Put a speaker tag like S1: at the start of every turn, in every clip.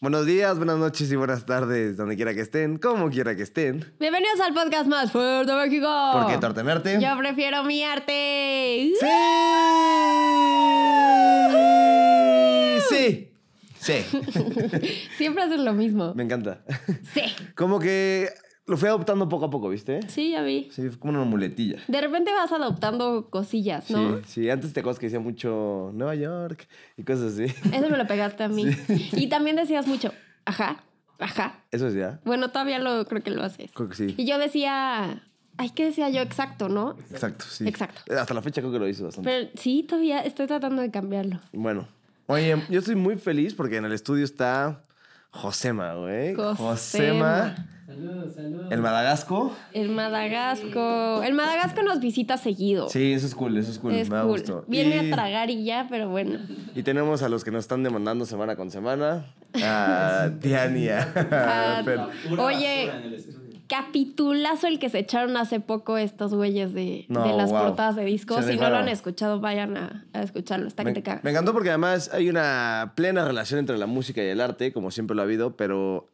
S1: Buenos días, buenas noches y buenas tardes, donde quiera que estén, como quiera que estén.
S2: Bienvenidos al podcast más fuerte de México.
S1: Porque tortemerte.
S2: Yo prefiero mi arte.
S1: ¡Sí! Sí. Sí.
S2: Siempre haces lo mismo.
S1: Me encanta.
S2: Sí.
S1: Como que lo fui adoptando poco a poco, ¿viste?
S2: Sí, ya vi.
S1: Sí, fue como una muletilla.
S2: De repente vas adoptando cosillas, ¿no?
S1: Sí, sí, antes te acuerdas que decía mucho Nueva York y cosas así.
S2: Eso me lo pegaste a mí. Y también decías mucho, ajá, ajá.
S1: Eso decía.
S2: Bueno, todavía lo creo que lo haces.
S1: Creo que sí.
S2: Y yo decía, ay, ¿qué decía yo? Exacto, ¿no?
S1: Exacto, sí.
S2: Exacto.
S1: Eh, Hasta la fecha creo que lo hizo bastante.
S2: Pero sí, todavía estoy tratando de cambiarlo.
S1: Bueno. Oye, yo estoy muy feliz porque en el estudio está Josema, güey.
S2: Josema.
S3: Saludos, saludos.
S1: El Madagasco.
S2: El Madagasco. El Madagasco nos visita seguido.
S1: Sí, eso es cool, eso es cool.
S2: Es
S1: me da
S2: cool.
S1: gusto.
S2: Viene
S1: Y-
S2: a tragar y ya, pero bueno.
S1: Y tenemos a los que nos están demandando semana con semana. A Diania. a
S2: Ah,
S1: Fer.
S3: Pura
S2: Oye.
S3: basura en el estudio.
S2: Capitulazo el que se echaron hace poco estos güeyes de,
S1: No,
S2: de las
S1: wow.
S2: portadas de discos.
S1: Se
S2: Si no lo
S1: rifaron.
S2: han escuchado, vayan a, a escucharlo. Está que
S1: Me,
S2: te cagas.
S1: me encantó porque además hay una plena relación entre la música y el arte, como siempre lo ha habido, pero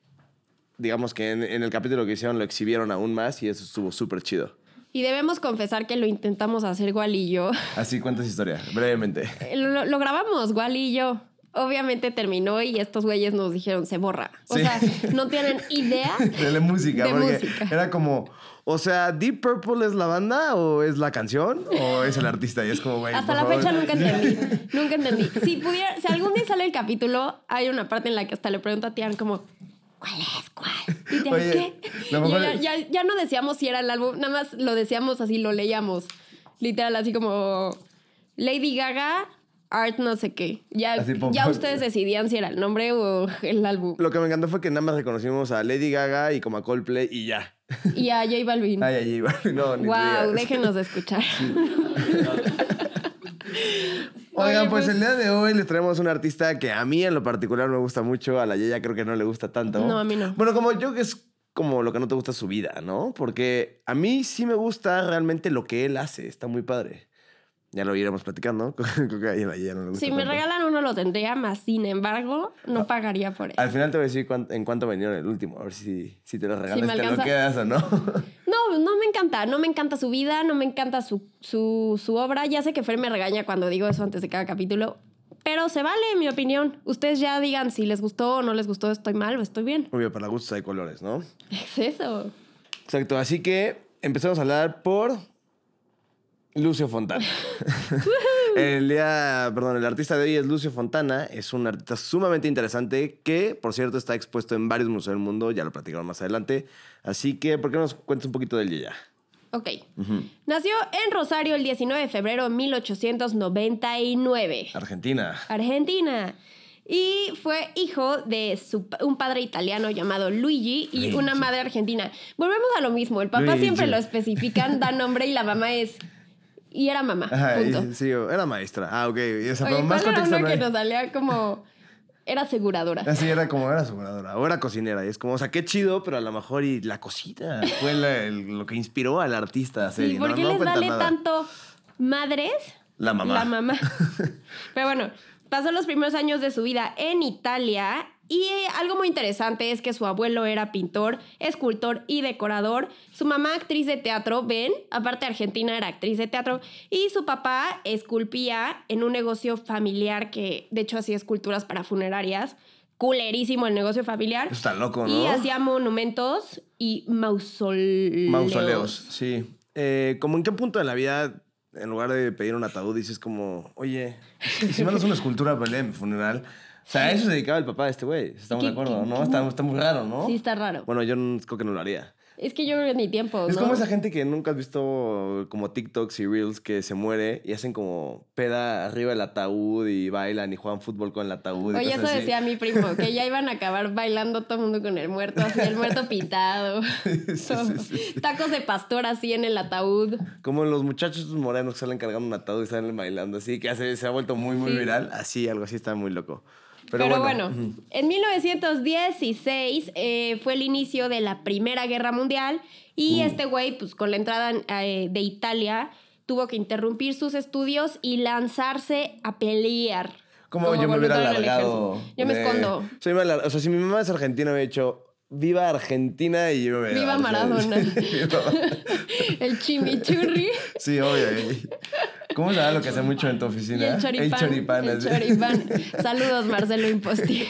S1: digamos que en, en el capítulo que hicieron lo exhibieron aún más y eso estuvo súper chido.
S2: Y debemos confesar que lo intentamos hacer Wally y yo.
S1: Así cuentas historias, brevemente.
S2: Eh, Lo, lo grabamos, Wally y yo. Obviamente terminó y estos güeyes nos dijeron, se borra. O
S1: Sí.
S2: sea, no tienen idea.
S1: De la música,
S2: De
S1: porque
S2: música.
S1: era como, o sea, ¿Deep Purple es la banda o es la canción o es el artista? Y es como, güey,
S2: Hasta
S1: por
S2: la
S1: favor.
S2: fecha nunca entendí. Nunca entendí. Si pudiera, si algún día sale el capítulo, hay una parte en la que hasta le pregunto a Tian como, ¿cuál es cuál? Y Tian,
S1: Oye,
S2: ¿qué?
S1: lo
S2: Y
S1: mejor
S2: ya,
S1: es-
S2: ya- ya no decíamos si era el álbum, nada más lo decíamos así, lo leíamos. Literal, así como Lady Gaga, Art no sé qué. Ya,
S1: Así, pum,
S2: ya
S1: pum.
S2: ustedes decidían si era el nombre o el álbum.
S1: Lo que me encantó fue que nada más reconocimos a Lady Gaga y como a Coldplay y ya.
S2: Y a J Balvin.
S1: Ay, allí, no, ni te
S2: wow,
S1: digas.
S2: déjenos de escuchar.
S1: Oigan,
S2: Oye,
S1: pues,
S2: pues-
S1: el día de hoy les traemos un artista que a mí en lo particular me gusta mucho, a la Yaya creo que no le gusta tanto.
S2: No, a mí no.
S1: Bueno, como yo que es como lo que no te gusta su vida, ¿no? Porque a mí sí me gusta realmente lo que él hace, está muy padre. Ya lo iremos platicando, creo que a la Yaya no le gusta
S2: Si me
S1: tanto.
S2: regalan uno lo tendría, más sin embargo,
S1: Ah.
S2: no pagaría por él.
S1: Al final te voy a decir cuán- en cuánto vendieron el último, a ver si, si te lo regalas, te lo
S2: alcanza.
S1: quedas o no.
S2: No, no me encanta. No me encanta su vida, no me encanta su, su, su obra. Ya sé que Fer me regaña cuando digo eso antes de cada capítulo, pero se vale, en mi opinión. Ustedes ya digan si les gustó o no les gustó, estoy mal o estoy bien.
S1: Obvio, para gustos hay colores, ¿no?
S2: Es eso.
S1: Exacto, así que empezamos a hablar por Lucio Fontana. el día, perdón, el artista de hoy es Lucio Fontana, es un artista sumamente interesante que, por cierto, está expuesto en varios museos del mundo, ya lo platicaron más adelante. Así que, ¿por qué no nos cuentas un poquito del Yaya?
S2: Ok. Nació en Rosario el 19 de febrero de 1899.
S1: Argentina.
S2: Argentina. Y fue hijo de su- un padre italiano llamado Luigi y
S1: Luigi.
S2: una madre argentina. Volvemos a lo mismo, el papá
S1: Luigi.
S2: siempre lo especifican, da nombre y la mamá es... Y era mamá.
S1: Ajá, y-
S2: punto.
S1: sí, era maestra. Ah, ok. y esa-
S2: Oye,
S1: pero más
S2: ¿cuál era
S1: contexto
S2: una
S1: no
S2: que
S1: hay.
S2: nos salía como... Era aseguradora.
S1: Así era como era aseguradora, o era cocinera. Y es como, o sea, qué chido, pero a lo mejor y la cocina fue la- el- lo que inspiró al artista a hacer.
S2: Sí,
S1: y
S2: ¿por
S1: no-
S2: qué
S1: no
S2: les
S1: cuentan
S2: vale
S1: nada.
S2: tanto madres?
S1: La mamá.
S2: La mamá. Pero bueno, pasó los primeros años de su vida en Italia y eh, algo muy interesante es que su abuelo era pintor, escultor y decorador, su mamá actriz de teatro, ven, aparte argentina era actriz de teatro, y su papá esculpía en un negocio familiar que de hecho hacía esculturas para funerarias, culerísimo el negocio familiar,
S1: Está loco, ¿no?
S2: y hacía monumentos y mausoleos.
S1: Mausoleos, sí. Eh, como en qué punto de la vida, en lugar de pedir un ataúd, dices como, oye, ¿y si mandas una escultura para mi funeral? O sea, a eso se dedicaba el papá de este güey. Estamos de
S2: ¿Qué-
S1: acuerdo,
S2: qué-
S1: ¿no?
S2: qué-
S1: Está, está muy raro, ¿no?
S2: Sí, está raro.
S1: Bueno, yo no- creo que no lo haría.
S2: Es que yo creo que ni tiempo.
S1: Es
S2: ¿no?
S1: como esa gente que nunca has visto como TikToks y Reels que se muere y hacen como peda arriba del ataúd y bailan y juegan fútbol con el ataúd. y
S2: Oye,
S1: cosas
S2: eso
S1: así.
S2: decía mi primo, que ya iban a acabar bailando todo el mundo con el muerto, así el muerto pintado.
S1: Sí, sí, sí, sí.
S2: Tacos de pastor así en el ataúd.
S1: Como los muchachos morenos que salen cargando un ataúd y salen bailando así, que hace- se ha vuelto muy, muy
S2: Sí.
S1: viral. Así, algo así, está muy loco.
S2: Pero,
S1: Pero,
S2: bueno, en 1916 eh, fue el inicio de la Primera Guerra Mundial y este güey, pues con la entrada eh, de Italia, tuvo que interrumpir sus estudios y lanzarse a pelear.
S1: Como, yo me hubiera
S2: voluntario en el
S1: alargado.
S2: ejército. Yo me
S1: de-
S2: escondo.
S1: Soy mal- o sea, si mi mamá es argentina, me he dicho, viva Argentina y yo me hubiera-
S2: Viva Maradona.
S1: Viva-
S2: El chimichurri
S1: sí, obvio. güey. ¿Cómo se llama lo que hace mucho en tu
S2: y
S1: oficina?
S2: el choripán.
S1: El choripán.
S2: el
S1: así.
S2: choripán. Saludos, Marcelo Imposti.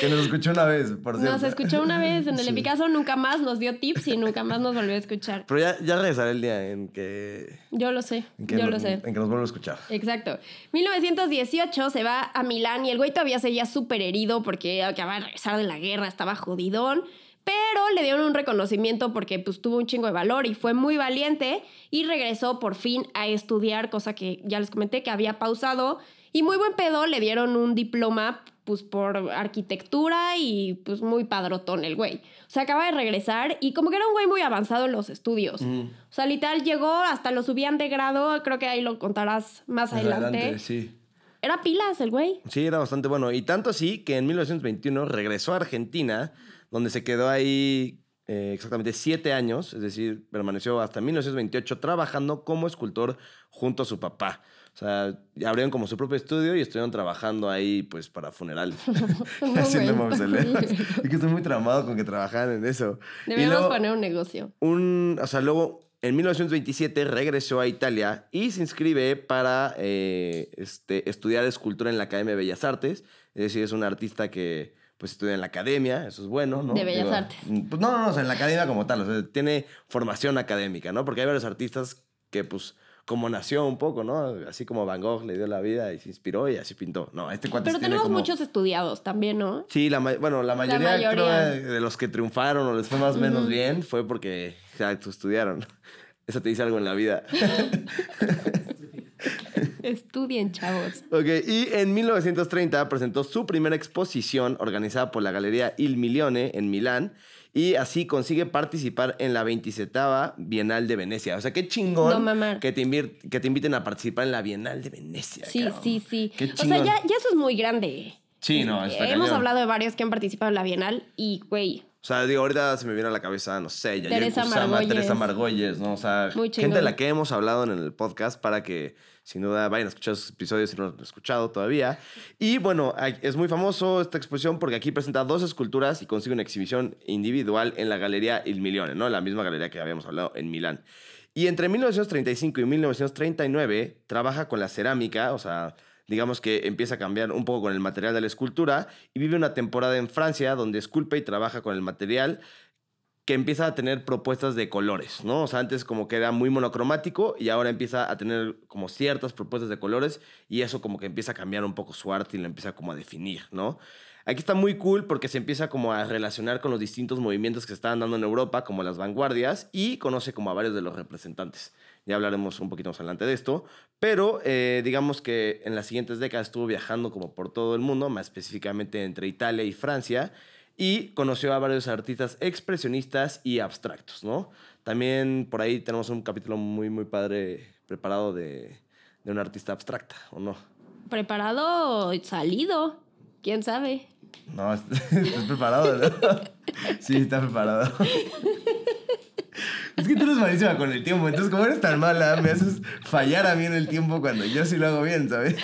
S1: Que nos escuchó una vez, por cierto.
S2: Nos escuchó una vez en el Epicazo, nunca más nos dio tips y nunca más nos volvió a escuchar.
S1: Pero ya, ya regresará el día en que...
S2: Yo lo sé,
S1: en que
S2: yo
S1: no-
S2: lo sé.
S1: En que nos vuelva a escuchar.
S2: Exacto. 1918 se va a Milán y el güey todavía seguía súper herido porque acababa de regresar de la guerra, estaba jodidón. Pero le dieron un reconocimiento porque pues, tuvo un chingo de valor y fue muy valiente y regresó por fin a estudiar, cosa que ya les comenté que había pausado. Y muy buen pedo, le dieron un diploma pues, por arquitectura y pues muy padrotón el güey. O sea, acaba de regresar y como que era un güey muy avanzado en los estudios. O sea, literal llegó, hasta lo subían de grado, creo que ahí lo contarás más adelante.
S1: sí.
S2: Era pilas el güey.
S1: Sí, era bastante bueno. Y tanto así que en 1921 regresó a Argentina, donde se quedó ahí eh, exactamente siete años, es decir, permaneció hasta 1928 trabajando como escultor junto a su papá. O sea, abrieron como su propio estudio y estuvieron trabajando ahí, pues, para funerales.
S2: No,
S1: Haciendo
S2: güey, está
S1: mausoleos.
S2: muy
S1: Y que estoy muy tramado con que trabajaban en eso. Y
S2: Deberíamos
S1: luego-
S2: poner un negocio.
S1: un, o sea, luego en 1927 regresó a Italia y se inscribe para eh, este, estudiar escultura en la Academia de Bellas Artes. Es decir, es un artista que pues estudia en la academia, eso es bueno, ¿no?
S2: De Bellas Artes.
S1: mm, Pues no, no, no, o sea, en la academia como tal, o sea, tiene formación académica, ¿no? Porque hay varios artistas que pues como nació un poco, ¿no? Así como Van Gogh le dio la vida y se inspiró y así pintó. No, este cuate
S2: Pero
S1: sí tiene
S2: tenemos
S1: como-
S2: muchos estudiados también, ¿no?
S1: Sí, la ma- bueno, la mayoría,
S2: mayoría.
S1: creo, de los que triunfaron o les fue más o menos bien fue porque exacto, estudiaron. Eso te dice algo en la vida.
S2: Estudien, chavos.
S1: ok, y en 1930 presentó su primera exposición organizada por la Galería Il Milione en Milán y así consigue participar en la 27 Bienal de Venecia. O sea, qué
S2: No,
S1: chingón
S2: mamar.
S1: que, te invir- que te inviten a participar en la Bienal de Venecia.
S2: Sí,
S1: cabrón.
S2: sí, sí.
S1: Qué
S2: O sea,
S1: chingón.
S2: ya, ya eso es muy grande.
S1: Sí, no, está
S2: Hemos
S1: cañón.
S2: hablado de varios que han participado en la Bienal y, güey,
S1: O sea, digo, ahorita se me viene a la cabeza, no sé, Yair
S2: Teresa
S1: Kusama,
S2: Margolles.
S1: Teresa Margolles, ¿no? O sea,
S2: Muy chingón.
S1: gente de la que hemos hablado en el podcast para que sin duda vayan a escuchar sus episodios si no lo han escuchado todavía. Y bueno, a- es muy famoso esta exposición porque aquí presenta dos esculturas y consigue una exhibición individual en la Galería Il Milione, ¿no? La misma galería que habíamos hablado en Milán. Y entre 1935 y 1939 trabaja con la cerámica, o sea, digamos que empieza a cambiar un poco con el material de la escultura y vive una temporada en Francia donde esculpe y trabaja con el material que empieza a tener propuestas de colores, ¿no? O sea, antes como que era muy monocromático y ahora empieza a tener como ciertas propuestas de colores y eso como que empieza a cambiar un poco su arte y lo empieza como a definir, ¿no? Aquí está muy cool porque se empieza como a relacionar con los distintos movimientos que se estaban dando en Europa, como las vanguardias, y conoce como a varios de los representantes. Ya hablaremos un poquito más adelante de esto, pero eh, digamos que en las siguientes décadas estuvo viajando como por todo el mundo, más específicamente entre Italia y Francia, y conoció a varios artistas expresionistas y abstractos, ¿no? También por ahí tenemos un capítulo muy, muy padre preparado de, de una artista abstracta, ¿o no?
S2: preparado, salido. ¿Quién sabe?
S1: No, estás preparado, ¿no? Sí, estás preparado. Es que tú eres malísima con el tiempo, entonces como eres tan mala, me haces fallar a mí en el tiempo cuando yo sí lo hago bien, ¿sabes?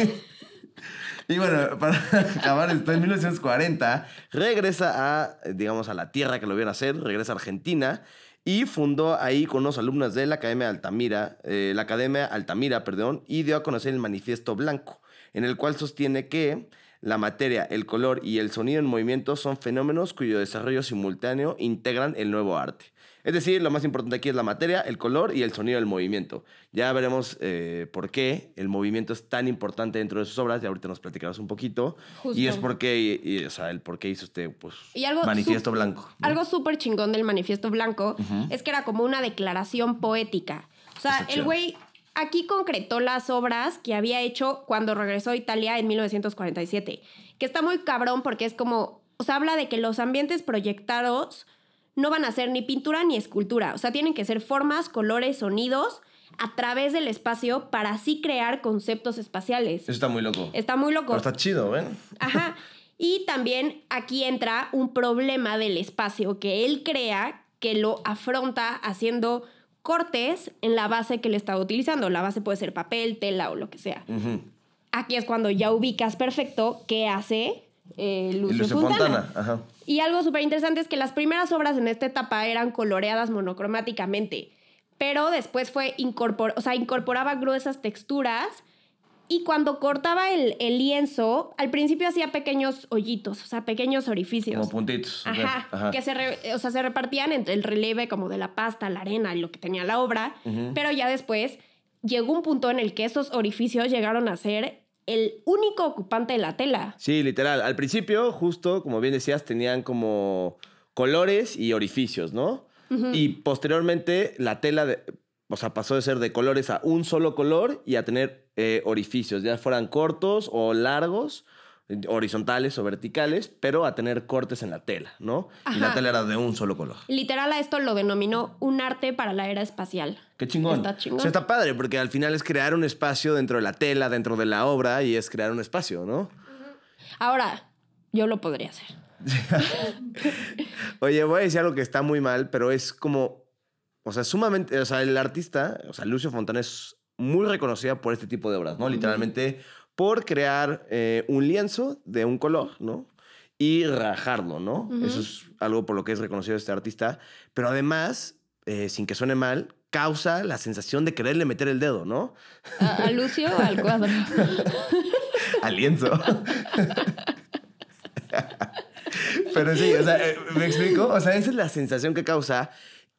S1: Y bueno, para acabar esto, en 1940 regresa a, digamos, a la tierra que lo vieron hacer, regresa a Argentina y fundó ahí con unos alumnos de la Academia Altamira, eh, la Academia Altamira, perdón, y dio a conocer el Manifiesto Blanco, en el cual sostiene que la materia, el color y el sonido en movimiento son fenómenos cuyo desarrollo simultáneo integran el nuevo arte. Es decir, lo más importante aquí es la materia, el color y el sonido del movimiento. Ya veremos eh, por qué el movimiento es tan importante dentro de sus obras y ahorita nos platicarás un poquito.
S2: Justo.
S1: Y es porque, y, y, o sea, el por qué hizo este pues,
S2: Y algo
S1: manifiesto
S2: sup-
S1: blanco. ¿no?
S2: Algo súper chingón del manifiesto blanco es que era como una declaración poética. O sea,
S1: Está
S2: el
S1: chido.
S2: güey aquí concretó las obras que había hecho cuando regresó a Italia en 1947, que está muy cabrón porque es como, o sea, habla de que los ambientes proyectados no van a ser ni pintura ni escultura, o sea, tienen que ser formas, colores, sonidos a través del espacio para así crear conceptos espaciales.
S1: Eso está muy loco.
S2: Está muy loco.
S1: Pero está chido, ¿ven?
S2: Ajá. Y también aquí entra un problema del espacio que él crea que lo afronta haciendo cortes en la base que le estaba utilizando. La base puede ser papel, tela o lo que sea.
S1: Ujú.
S2: Aquí es cuando ya ubicas perfecto qué hace eh,
S1: Y
S2: Lucio,
S1: Lucio
S2: Fontana.
S1: Fontana. Ajá.
S2: Y algo súper interesante es que las primeras obras en esta etapa eran coloreadas monocromáticamente, pero después fue incorpor o sea, incorporaba gruesas texturas y cuando cortaba el, el lienzo, al principio hacía pequeños hoyitos, o sea, pequeños orificios.
S1: Como puntitos. ok.
S2: Ajá, que se, re- o sea, se repartían entre el relieve como de la pasta, la arena y lo que tenía la obra,
S1: Ujú.
S2: pero ya después llegó un punto en el que esos orificios llegaron a ser el único ocupante de la tela.
S1: Sí, literal. Al principio, justo, como bien decías, tenían como colores y orificios, ¿no? Y posteriormente la tela, de- o sea, pasó de ser de colores a un solo color y a tener eh, orificios, ya fueran cortos o largos, eh, horizontales o verticales, pero a tener cortes en la tela, ¿no? Y la
S2: Ajá.
S1: tela era de un solo color.
S2: Literal a esto lo denominó un arte para la era espacial.
S1: Qué chingón.
S2: Está chingón.
S1: O sea, está padre, porque al final es crear un espacio dentro de la tela, dentro de la obra, y es crear un espacio, ¿no?
S2: Ahora, yo lo podría hacer.
S1: Oye, voy a decir algo que está muy mal, pero es como, o sea, sumamente, o sea, el artista, o sea, Lucio Fontana es muy reconocida por este tipo de obras, ¿no? Literalmente por crear eh, un lienzo de un color, ¿no? Y rajarlo, ¿no?
S2: Ujú.
S1: Eso es algo por lo que es reconocido este artista, pero además, eh, sin que suene mal, causa la sensación de quererle meter el dedo, ¿no?
S2: A, a Lucio o al cuadro.
S1: al lienzo. Pero sí, o sea, eh, ¿me explico? O sea, esa es la sensación que causa.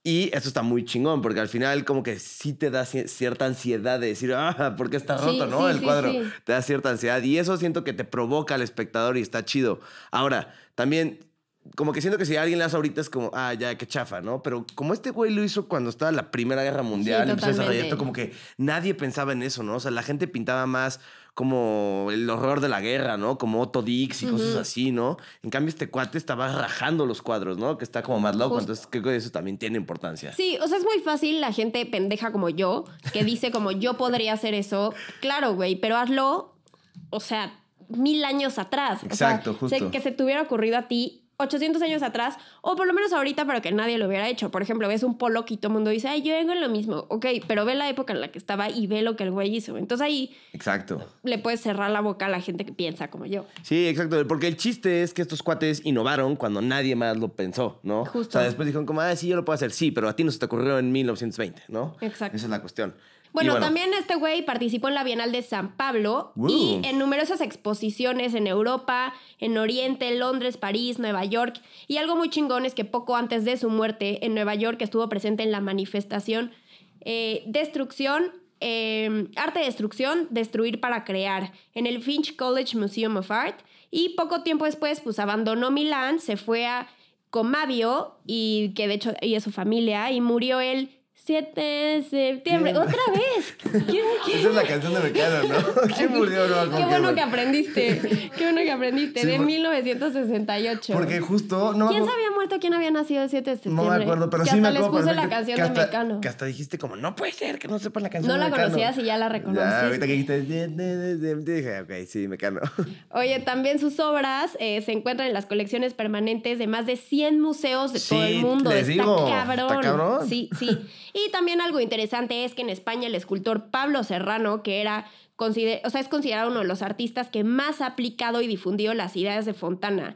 S1: Y eso está muy chingón, porque al final como que sí te da ci- cierta ansiedad de decir, ah, porque está
S2: Sí,
S1: roto, ¿no?
S2: sí,
S1: el
S2: sí,
S1: cuadro.
S2: sí.
S1: Te da cierta ansiedad. Y eso siento que te provoca al espectador y está chido. Ahora, también, como que siento que si alguien le hace ahorita es como, ah, ya, qué chafa, ¿no? Pero como este güey lo hizo cuando estaba la Primera Guerra Mundial,
S2: Sí,
S1: empezó a desarrollar
S2: totalmente.
S1: esto como que nadie pensaba en eso, ¿no? O sea, la gente pintaba más como el horror de la guerra, ¿no? Como Otto Dix y cosas así, ¿no? En cambio, este cuate estaba rajando los cuadros, ¿no? Que está como más loco.
S2: Justo.
S1: Entonces, creo que eso también tiene importancia.
S2: Sí, o sea, es muy fácil la gente pendeja como yo, que dice como yo podría hacer eso. Claro, güey, pero hazlo, o sea, mil años atrás. O sea,
S1: Exacto, justo.
S2: se- que se te hubiera ocurrido a ti 800 años atrás, o por lo menos ahorita, pero que nadie lo hubiera hecho. Por ejemplo, ves un polo que todo el mundo dice, ay, yo vengo en lo mismo. Ok, pero ve la época en la que estaba y ve lo que el güey hizo. Entonces ahí
S1: Exacto.
S2: le puedes cerrar la boca a la gente que piensa como yo.
S1: Sí, exacto. Porque el chiste es que estos cuates innovaron cuando nadie más lo pensó, ¿no?
S2: Justo.
S1: O sea, después dijeron como, ah, sí, yo lo puedo hacer. Sí, pero a ti no se te ocurrió en 1920, ¿no?
S2: Exacto.
S1: Esa es la cuestión. Y
S2: Bueno, también este güey participó en la Bienal de San Pablo
S1: Wow.
S2: y en numerosas exposiciones en Europa, en Oriente, Londres, París, Nueva York. Y algo muy chingón es que poco antes de su muerte en Nueva York estuvo presente en la manifestación eh, Destrucción, eh, Arte de Destrucción, Destruir para Crear, en el Finch College Museum of Art. Y poco tiempo después, pues abandonó Milán, se fue a Comavio y que de hecho y es su familia y murió el 7 de septiembre.
S1: Bien.
S2: Otra vez. ¿Quién- quién-
S1: Esa es la canción de Mecano, ¿no? ¿Quién murió? No,
S2: Qué bueno que aprendiste. Qué bueno que aprendiste.
S1: Sí,
S2: de
S1: por-
S2: 1968.
S1: Porque justo... No me
S2: ¿Quién
S1: acuerdo-
S2: se había muerto? ¿Quién había nacido el 7 de septiembre?
S1: No me acuerdo, pero
S2: que
S1: sí me
S2: hasta
S1: acuerdo.
S2: les puse la
S1: perfecto,
S2: canción
S1: que
S2: de
S1: hasta-
S2: Mecano.
S1: Que hasta dijiste como, no puede ser que no sepan la canción
S2: No
S1: de
S2: la
S1: Mecano.
S2: conocías y ya
S1: Ya,
S2: la
S1: ahorita
S2: reconociste.
S1: que dijiste, de- de- de- de- de- dije, ok, sí, Mecano.
S2: Oye, también sus obras eh, se encuentran en las colecciones permanentes de más de 100 museos de
S1: Sí,
S2: todo el mundo.
S1: les
S2: está
S1: digo,
S2: cabrón.
S1: está cabrón.
S2: Sí, sí. Y también algo interesante es que en España el escultor Pablo Serrano, que era consider- o sea, es considerado uno de los artistas que más ha aplicado y difundido las ideas de Fontana.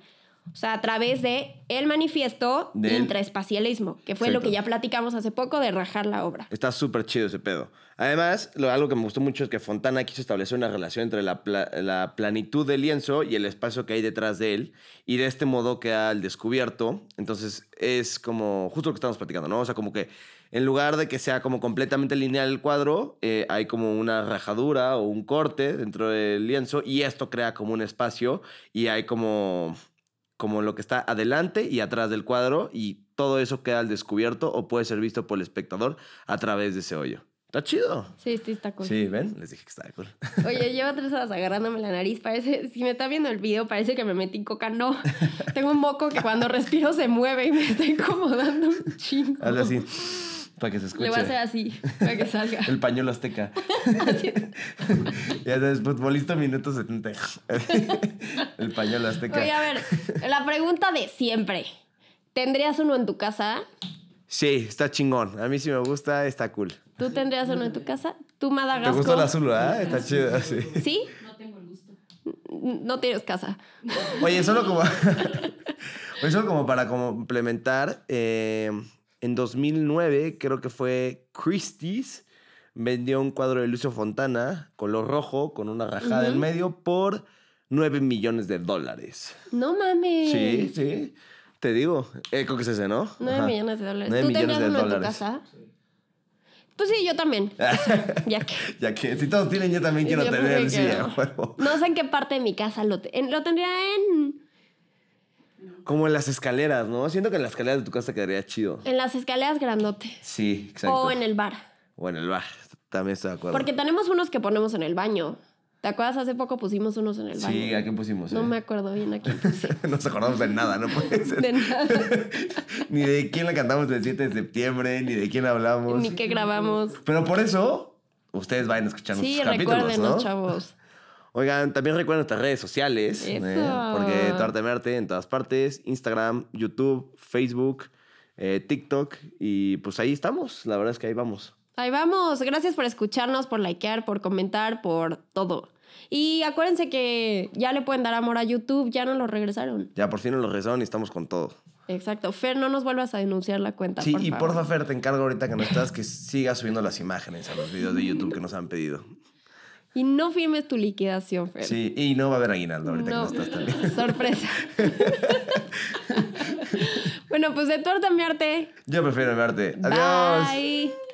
S2: O sea, a través de el manifiesto
S1: Del-
S2: intraespacialismo, que fue lo
S1: Exacto.
S2: que ya platicamos hace poco de rajar la obra.
S1: Está súper chido ese pedo. Además, lo, algo que me gustó mucho es que Fontana quiso establecer una relación entre la, pla- la planitud del lienzo y el espacio que hay detrás de él. Y de este modo queda al descubierto. Entonces, es como justo lo que estamos platicando, ¿no? O sea, como que en lugar de que sea como completamente lineal el cuadro, eh, hay como una rajadura o un corte dentro del lienzo y esto crea como un espacio y hay como como lo que está adelante y atrás del cuadro y todo eso queda al descubierto o puede ser visto por el espectador a través de ese hoyo. Está chido.
S2: Sí, sí, está cool.
S1: Sí, ven, les dije que estaba cool.
S2: Oye, llevo tres horas agarrándome la nariz. Parece, si me está viendo el video, parece que me metí coca. No, tengo un moco que cuando respiro se mueve y me está incomodando un chingo.
S1: Hazle así para que se escuche.
S2: Le voy a hacer así para que salga.
S1: El pañuelo azteca. ya sabes, futbolista minuto 70. el pañuelo azteca.
S2: Oye, a ver, la pregunta de siempre. ¿Tendrías uno en tu casa?
S1: Sí, está chingón. A mí sí me gusta, está cool.
S2: ¿Tú tendrías uno en tu casa? ¿Tú
S1: ¿Te
S2: Madagascar?
S1: gusta el azul, verdad? Está chido, sí.
S2: ¿Sí?
S4: No tengo el gusto.
S2: No tienes casa.
S1: Oye, solo como. Oye, solo como para complementar. eh, en 2009, creo que fue Christie's, vendió un cuadro de Lucio Fontana, color rojo, con una rajada en
S2: Ujú.
S1: medio, por 9 millones de dólares.
S2: No mames.
S1: Sí, sí. Te digo. Eco que es ese, ¿no?
S2: Nueve
S1: Ajá.
S2: millones de dólares.
S1: Nueve
S2: ¿Tú
S1: millones
S2: tendrías
S1: de
S2: uno en tu
S1: dólares.
S2: casa? Pues sí, yo también. ya que.
S1: Ya que si todos tienen, yo también quiero
S2: Yo
S1: tener.
S2: también
S1: Sí,
S2: quiero.
S1: a huevo.
S2: No sé en qué parte de mi casa lo, te- en- lo tendría en,
S1: Como en las escaleras, ¿no? Siento que en las escaleras de tu casa quedaría chido.
S2: en las escaleras grandote.
S1: Sí, exacto.
S2: O en el bar.
S1: O en el bar. También estoy de acuerdo.
S2: Porque tenemos unos que ponemos en el baño. ¿Te acuerdas? Hace poco pusimos unos en el baño.
S1: Sí, ¿a quién pusimos?
S2: No
S1: eh?
S2: me acuerdo bien a quién puse.
S1: No nos acordamos de nada, no puede ser.
S2: De nada.
S1: Ni de quién la cantamos el 7 de septiembre, ni de quién hablamos.
S2: Ni que grabamos.
S1: Pero por eso, ustedes vayan a escuchar
S2: Sí,
S1: nuestros capítulos,
S2: recuérdenos,
S1: ¿no?
S2: chavos.
S1: Oigan, también recuerden nuestras redes sociales. ¿eh?
S2: Eso.
S1: Porque Tu Arte Merte en todas partes. Instagram, YouTube, Facebook, eh, TikTok. Y pues ahí estamos. La verdad es que ahí vamos.
S2: Ahí vamos. Gracias por escucharnos, por likear, por comentar, por todo. Y acuérdense que ya le pueden dar amor a YouTube, ya no lo regresaron.
S1: Ya por fin nos lo regresaron y estamos con todo.
S2: Exacto. Fer, no nos vuelvas a denunciar la cuenta.
S1: Sí,
S2: Ah, por
S1: y
S2: favor.
S1: porfa, Fer, te encargo ahorita que no estás que sigas subiendo las imágenes a los videos de YouTube que nos han pedido.
S2: Y no firmes tu liquidación, Fer.
S1: Sí, y no va a haber aguinaldo ahorita que no estás también.
S2: Sorpresa. bueno, pues de tu arte, a mi arte.
S1: Yo prefiero verte. Adiós.
S2: Bye.